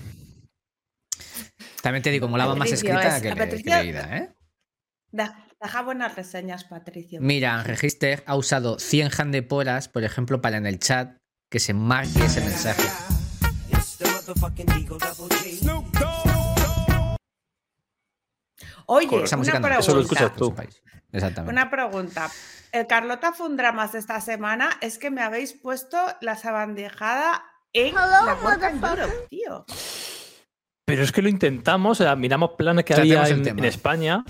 También te digo, molaba más Patricio escrita es- que a le- Patricio- que leída, ¿eh? Da- Deja buenas reseñas, Patricio. Mira, Register ha usado 100 handeporas, por ejemplo, para en el chat que se marque ese mensaje. Oye, Esa una música no, pregunta. eso lo escuchas tú. sepáis. Exactamente. Una pregunta. El Carlota Fundramas de esta semana es que me habéis puesto la sabandijada en la World Cup Europe, tío. Pero es que lo intentamos, o sea, miramos planes que Tratemos había el en, tema. en España,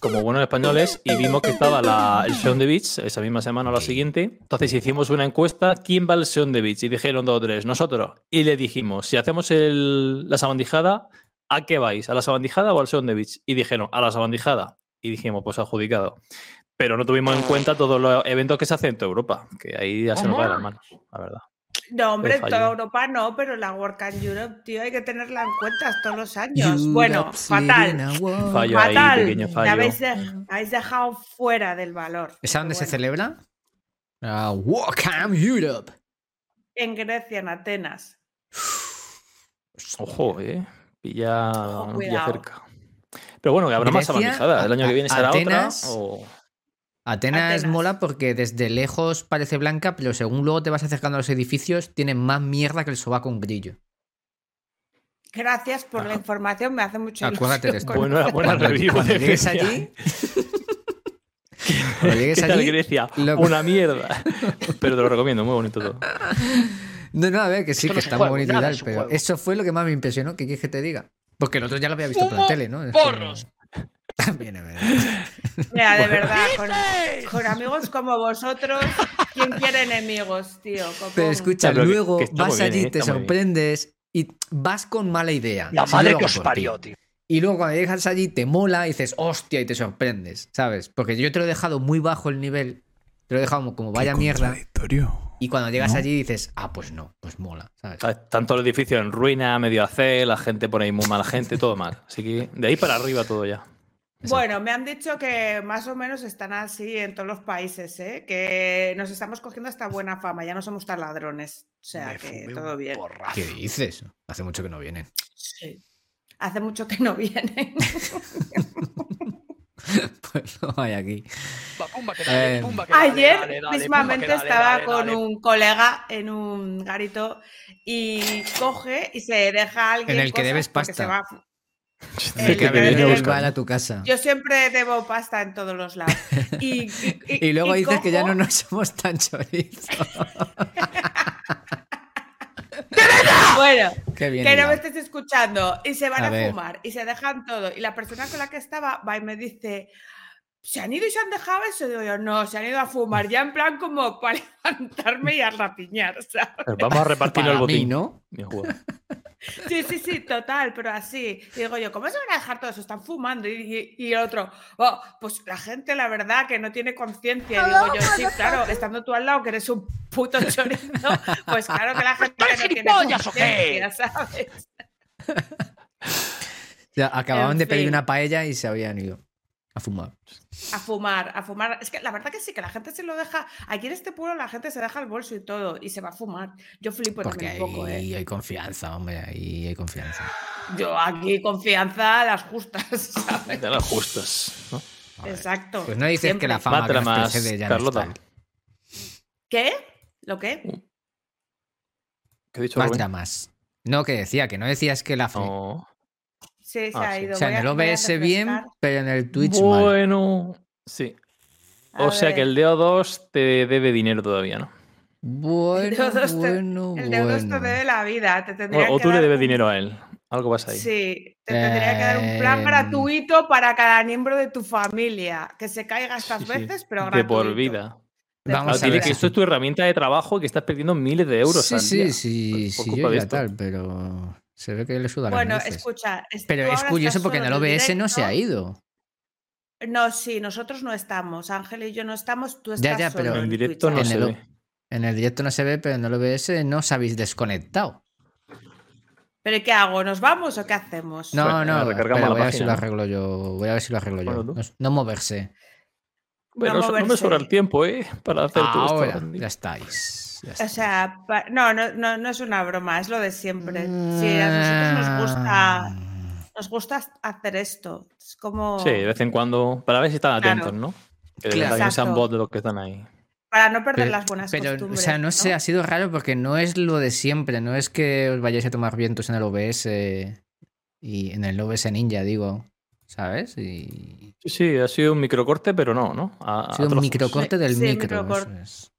como buenos españoles, y vimos que estaba la- el Sean de Beach esa misma semana o la siguiente. Entonces hicimos una encuesta, ¿quién va al Sean de Beach? Y dijeron dos o tres, nosotros. Y le dijimos, si hacemos el- la sabandijada, ¿a qué vais? ¿A la sabandijada o al Sean de Beach? Y dijeron, a la sabandijada. Y dijimos, pues adjudicado. Pero no tuvimos en cuenta todos los eventos que se hacen en toda Europa, que ahí ya se nos va de las manos, la verdad. No, hombre, en toda falló. Europa no, pero la World Cup Europe, tío, hay que tenerla en cuenta todos los años. bueno, fatal. Fallo fatal. ahí, pequeño Me fallo. habéis, dej- habéis dejado fuera del valor. ¿Es a dónde Pero se bueno, celebra? Ah, Welcome Europe. En Grecia, en Atenas. Ojo, eh. Pilla, Ojo, pilla cuidado. cerca. Pero bueno, que habrá más Grecia, abanijada. El año que viene a- será Atenas. otra. o- Atenas, Atenas. mola porque desde lejos parece blanca, pero según luego te vas acercando a los edificios, tienen más mierda que el sobaco un grillo. Gracias por la información, me hace mucho Ah. Acuérdate de ilusión esto. con- Bueno, buena Cuando- review. cuando de llegues Grecia. allí, Cuando llegues ¿Qué tal allí, Grecia? lo- Una mierda. Pero te lo recomiendo, muy bonito todo. No, no, a ver, que sí, Esto no que es un está juego, muy bonito y nada tal, es un pero juego. eso fue lo que más me impresionó, que quieres que te diga. Porque el otro ya lo había visto por la Fumo tele, ¿no? Es porros. como- También, a ver. Mira, de verdad, con, con amigos como vosotros, ¿quién quiere enemigos, tío? Copón? Pero escucha, Pero que- luego que está muy vas bien, allí, ¿eh? te Está muy bien. sorprendes y vas con mala idea. La Si yo madre lo que hago os por parió, ti. tío. Y luego cuando llegas allí te mola y dices, hostia, y te sorprendes, ¿sabes? Porque yo te lo he dejado muy bajo el nivel, te lo he dejado como, como vaya mierda. Y cuando llegas allí dices, ah, pues no, pues mola, ¿sabes? Está- Ah, Tanto el edificio en ruina, medio a hacer, la gente por ahí muy mala gente, todo mal. Así que de ahí para arriba todo ya. Bueno, me han dicho que más o menos están así en todos los países, ¿eh? que nos estamos cogiendo esta buena fama, ya no somos tan ladrones. O sea, Me que fumé todo un bien. porrazo. ¿Qué dices? Hace mucho que no vienen. Sí. Hace mucho que no vienen. pues no hay aquí. Pumba, pumba, que dale, Eh, pumba, que dale, Ayer dale, dale, mismamente pumba, que dale, estaba dale, con dale. un colega en un garito y coge y se deja a alguien. En el que debes cosas porque pasta. se va a fu- El que El que venir a viene- buscar a tu casa. Yo siempre debo pasta en todos los lados. Y, y- y- Y luego y dices que ya no cojo- nos somos tan chorizos. Bueno, Qué bien. que no me hilado. estés escuchando. Y se van A a, ver. fumar y se dejan todo. Y la persona con la que estaba va y me dice. ¿Se han ido y se han dejado eso? Digo yo, no, se han ido a fumar, ya en plan como para levantarme y a rapiñar, ¿sabes? Pero Vamos a repartirnos Para el mí, botín. ¿no? Bien jugado. Sí, sí, sí, total, pero así. Y digo yo, ¿cómo se van a dejar todo eso? Están fumando. Y, y- y el otro, "Oh, pues la gente, la verdad, que no tiene conciencia. Y digo yo, sí, claro, estando tú al lado, que eres un puto chorizo, pues claro que la gente ¿Eres no tiene gilipollas o qué? conciencia, ¿sabes? O sea, acababan En de pedir fin. una paella y se habían ido a fumar. A fumar, a fumar. Es que la verdad que sí, que la gente se lo deja. Aquí en este pueblo la gente se deja el bolso y todo, y se va a fumar. Yo flipo Porque también un poco, ¿eh? ahí hay confianza, hombre. Ahí hay confianza. Yo aquí confianza a las justas, ¿sabes? De las justas. ¿no? A ver. Exacto. Pues no dices Siempre. que la fama que Mátala nos más, precede ya Carlota. no está. ¿Qué? ¿Lo qué? ¿Qué he dicho, Más Rubén? dramas. No, que decía, que no decías que la fama. No. Sí, se Ah, ha sí. ido. O sea, Voy en el a- voy a OBS bien, refrescar. pero en el Twitch mal. Bueno. Sí. A O sea ver. que el DO2 te debe dinero todavía, ¿no? Bueno, Deodato- bueno, El deudo esto bueno. debe la vida. Te tendría Bueno, o que tú le dar debes un- dinero a él. Algo pasa ahí. Sí, te tendría que dar un plan Em. gratuito para cada miembro de tu familia. Que se caiga estas Sí, sí. veces, pero De gratuito. por vida. De Vamos Claro, por a dile ver. vida. Ah, que esto es tu herramienta de trabajo y que estás perdiendo miles de euros. Sí, al sí, día. Pues sí, por sí, culpa yo de ya esto. tal, pero se ve que le suda las Bueno, narices. escucha. es- Pero tú es ahora curioso estás porque en el solo OBS no se ha directo. ido. No, sí, nosotros no estamos. Ángel y yo no estamos. Tú Ya, estás ya, pero- solo En en directo Twitch. no En se el- ve. En el directo no se ve, pero en el OBS no os habéis desconectado. ¿Pero qué hago? ¿Nos vamos o qué hacemos? No, Bueno, no, recargamos espera, la voy a ver si lo página, ¿no? arreglo yo. Voy a ver si lo arreglo yo. Ponlo tú. No, no moverse. Bueno, No eso- no me moverse. sobra el tiempo, ¿eh? Para hacer todo Ahora, esto. Andy. ya estáis. ya O estáis. sea, pa- no, no, no, no es una broma, es lo de siempre. Sí, a nosotros nos gusta, Ah, nos gusta hacer esto. Es como Sí, de vez en cuando. Para ver si están Oh. Claro. atentos, ¿no? Que de Claro. verdad que no sean Exacto. bots de los que están ahí. para no perder Pero- las buenas Pero, o costumbres. sea, no sé, ha sido raro porque no es lo de siempre. No es que os vayáis a tomar vientos en el OBS y en el OBS Ninja, digo. ¿Sabes? Y Sí, sí, ha sido un microcorte, pero no, ¿no? ha A- a sido un trozos. microcorte del Sí, micro. microcor- eso es.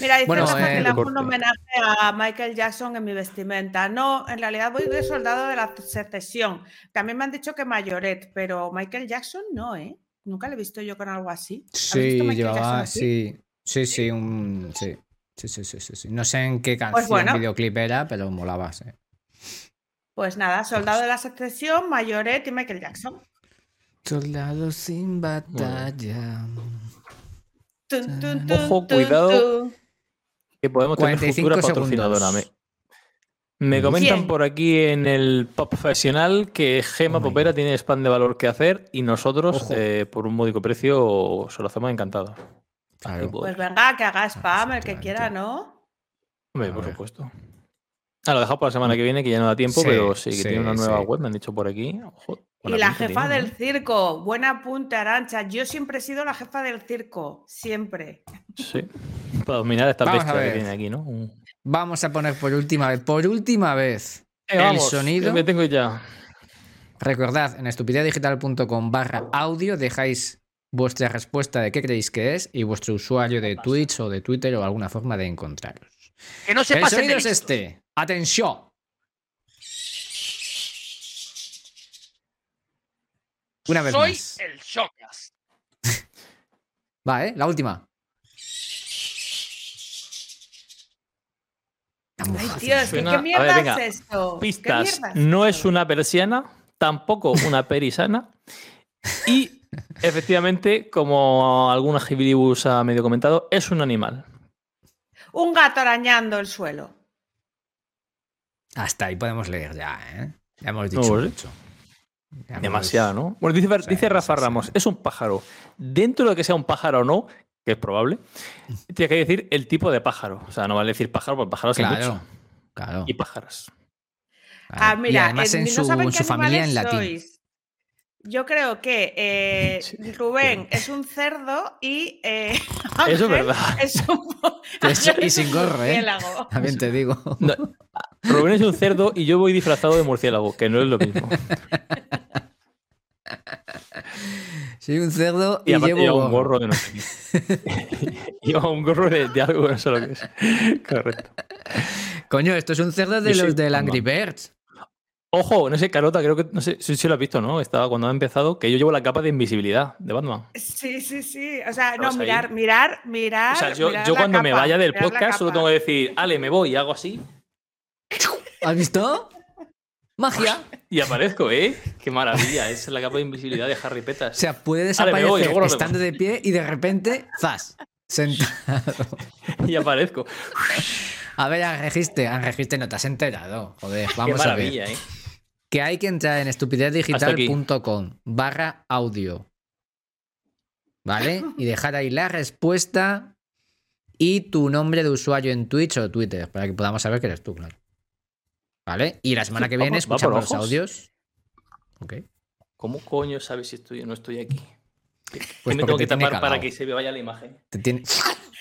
Mira, dice Bueno, Rafa eh, que le hago un corte. homenaje a Michael Jackson en mi vestimenta. No, en realidad voy de soldado de la secesión. También me han dicho que Mayoret, pero Michael Jackson no, ¿eh? Nunca le he visto yo con algo así. ¿Has visto Sí, Michael Jackson llevaba, así? sí, sí, sí, un, sí, sí, sí, sí, sí, sí. No sé en qué canción Pues bueno. videoclip era, pero molaba, sí. Pues nada, soldado de la secesión, Mayoret y Michael Jackson. Soldados sin batalla. Tun, tun, tun, Ojo, tun, cuidado. tun. Que podemos tener 45 futura segundos. patrocinadora. Me, me comentan Bien. por aquí en el Pop Profesional que Gema Oh my Popera tiene spam de valor que hacer y nosotros, Ojo. eh, por un módico precio, se lo hacemos encantados. Claro. Tipo, Pues venga, que haga spam el que Efectivamente. quiera, ¿no? Hombre, A por ver. supuesto. Ah, lo dejamos para la semana que viene, que ya no da tiempo, Sí, pero sí, que sí, tiene una nueva sí. web, me han dicho por aquí. Ojo, Y buena la pinta jefa tiene, del circo, buena apunte, Arancha. Yo siempre he sido la jefa del circo, siempre. ¿no? Sí. Para dominar esta Vamos a bestia que ver. tiene aquí, ¿no? Un- Vamos a poner por última vez, por última vez, Eh, el vamos, sonido. que Me tengo ya. Recordad, en estupidiadigital.com barra audio dejáis vuestra respuesta de qué creéis que es y vuestro usuario de Twitch o de Twitter o alguna forma de encontraros. Que no se El pasen de sonido es listos. este. Atención. Una vez Soy este, más. el Shocas. Va, ¿eh? La última. Tan Ay, fácil. ¿eh? Dios, ¿qué, Suena- qué a ver, mierda venga, es esto? ¿Qué Pistas, mierda no es esto? una persiana, tampoco una perisana. Y efectivamente, como algún agibilibus ha medio comentado, es un animal. Pues, Un gato arañando el suelo. Hasta ahí podemos leer ya, ¿eh? Ya hemos No, dicho ¿vale? mucho. Ya hemos- Demasiado, ¿no? Bueno, dice, Fer- Sí, dice Rafa sí, sí. Ramos, es un pájaro. Dentro de que sea un pájaro o no, que es probable, tiene que decir el tipo de pájaro. O sea, no vale decir pájaro, porque pájaros hay Claro, muchos. claro. Y pájaras. Ah, claro. Y mira, además eh, en no su, saben en qué su familia en animales latín. sois. Yo creo que eh, Rubén es un cerdo y eh, Eso Ángel es verdad. es un po- Es- Ángel y es sin un gorro, ¿eh? murciélago. También te digo. No, Rubén es un cerdo y yo voy disfrazado de murciélago, que no es lo mismo. Soy un cerdo Y, y, aparte llevo lleva un gorro de no sé qué. lleva un gorro de, de algo que no sé lo que es. Correcto. Coño, esto es un cerdo de Yo soy los del Batman. Angry Birds. Ojo, no sé, Carota, creo que, no sé si, si lo has visto, ¿no? Estaba cuando ha empezado, que yo llevo la capa de invisibilidad de Batman. Sí, sí, sí. O sea, no, Vamos ahí. mirar, mirar, mirar. O sea, yo, mirar yo Ah, la cuando me capa, vaya del mirar la podcast solo capa. tengo que decir, Ale, me voy y hago así ¿Has visto? Magia. y aparezco, ¿eh? Qué maravilla, es la capa de invisibilidad de Harry O Petas. sea, puede Vale, me desaparecer voy, luego nos estando de pie y de repente, ¡zas! Sentado. y aparezco. A ver, Anregiste, Anregiste, no te has enterado. Joder, Qué vamos a ver. maravilla, ¿eh? Que hay que entrar en estupidezdigital.com barra audio. ¿Vale? Y dejar ahí la respuesta y tu nombre de usuario en Twitch o Twitter, para que podamos saber que eres tú, claro. ¿Vale? Y la semana que Va por- viene va por escuchamos los ojos. audios. Ok. ¿Cómo coño sabes si estoy o no estoy aquí? Pues Pues me porque tengo que te tiene tapar para cagao. que se me vaya la imagen. Te tiene-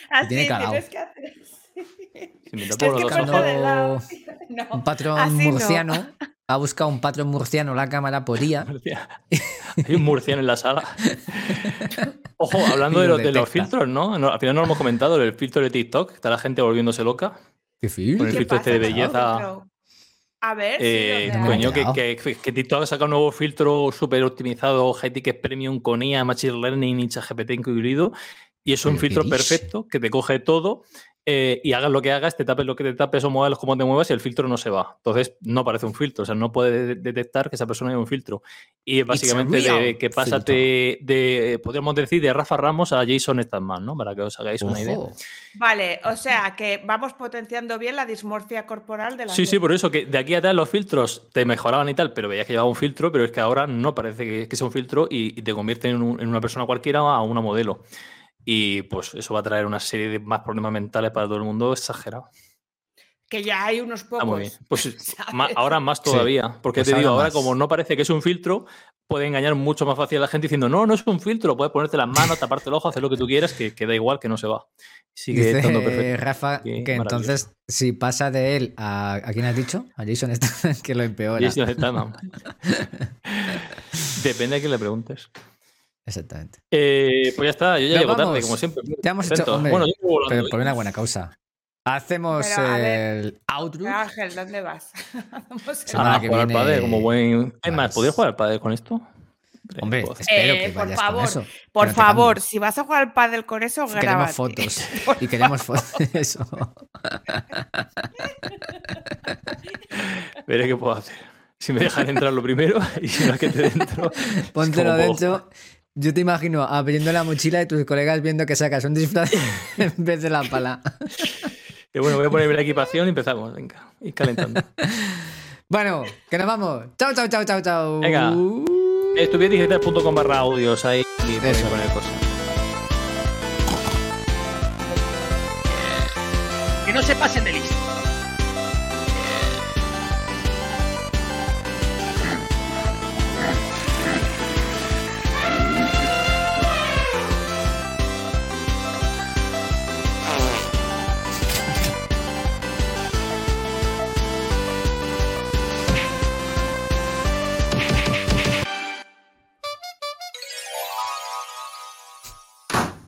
Así, tiene cagao. Ah, tienes que hacer así. Si me Tienes tapo que los cortar ojos. el lado. un No. patrón así no. murciano ha buscado un patrón murciano la cámara por IA. Hay un murciano en la sala. Ojo, hablando Y de lo los, de los detecta. filtros, ¿no? No, Al final no lo hemos comentado, el filtro de TikTok, está la gente volviéndose loca. Qué Con el ¿Qué filtro este de pasa, belleza. tío? A ver, sí, Eh, o sea, coño, que, Claro. que- que TikTok ha sacado un nuevo filtro súper optimizado, Hightech Premium con IA, Machine Learning y ChatGPT incluido. Y es un ¿Pero qué filtro dice? perfecto que te coge todo eh, y hagas lo que hagas, te tapes lo que te tapes o muevas como te muevas y el filtro no se va. Entonces no parece un filtro, o sea, no puede de- detectar que esa persona es un filtro. Y es básicamente real de- que pasa filter. de, de- podríamos decir, de Rafa Ramos a Jason Statham, ¿no? Para que os hagáis una idea. Ojo. Vale, o sea que vamos potenciando bien la dismorfia corporal de la Sí, sí, gente. por eso que de aquí atrás los filtros te mejoraban y tal, pero veías que llevaba un filtro, pero es que ahora no parece que, que sea un filtro y, y te convierte en, un- en una persona cualquiera o a una modelo. Y pues eso va a traer una serie de más problemas mentales para todo el mundo exagerado. Que ya hay unos pocos. Está Ah, muy bien. Pues ¿sabes? ma- ahora más Sí, todavía, porque pues te digo, ahora ahora más. como no parece que es un filtro, puede engañar mucho más fácil a la gente diciendo, no, no es un filtro, puedes ponerte las manos, taparte el ojo, hacer lo que tú quieras, que, que da igual, que no se va. Sigue Dice estando eh, perfecto. Rafa Qué que entonces si pasa de él a... ¿A quién has dicho? A Jason Statham, que lo empeora. Jason Statham. Depende a quién le preguntes. Exactamente. Eh, pues ya está, yo ya Nos llego tarde, vamos. como siempre. muy Te hemos hecho- contento. hombre, Bueno, yo llevo volando, Pero ¿eh? por una buena causa. Hacemos Pero, a ver. el outro. Pero, Ángel, ¿dónde vas? Vamos a- la semana Ah, que jugar al viene- pádel como buen. Es Claro, más, es- ¿podría jugar al pádel con esto? Hombre, Pues, espero Eh, que por vayas favor, con eso. que Por no te favor, cambies. si vas a jugar al pádel con eso, graba. Queremos fotos. Y queremos fotos. Eso. veré qué puedo hacer. Si me dejan entrar lo primero y si no es que te dentro. es Póntelo como, dentro. Yo te imagino abriendo la mochila y tus colegas viendo que sacas un disfraz en vez de la pala. que bueno, voy a ponerme la equipación y empezamos. Venga, ir calentando. Bueno, que nos vamos. Chao, chao, chao, chao, chao. Venga. Estuviedigital.com barra audios ahí y podéis Eso. poner cosas. Que no se pasen de listos.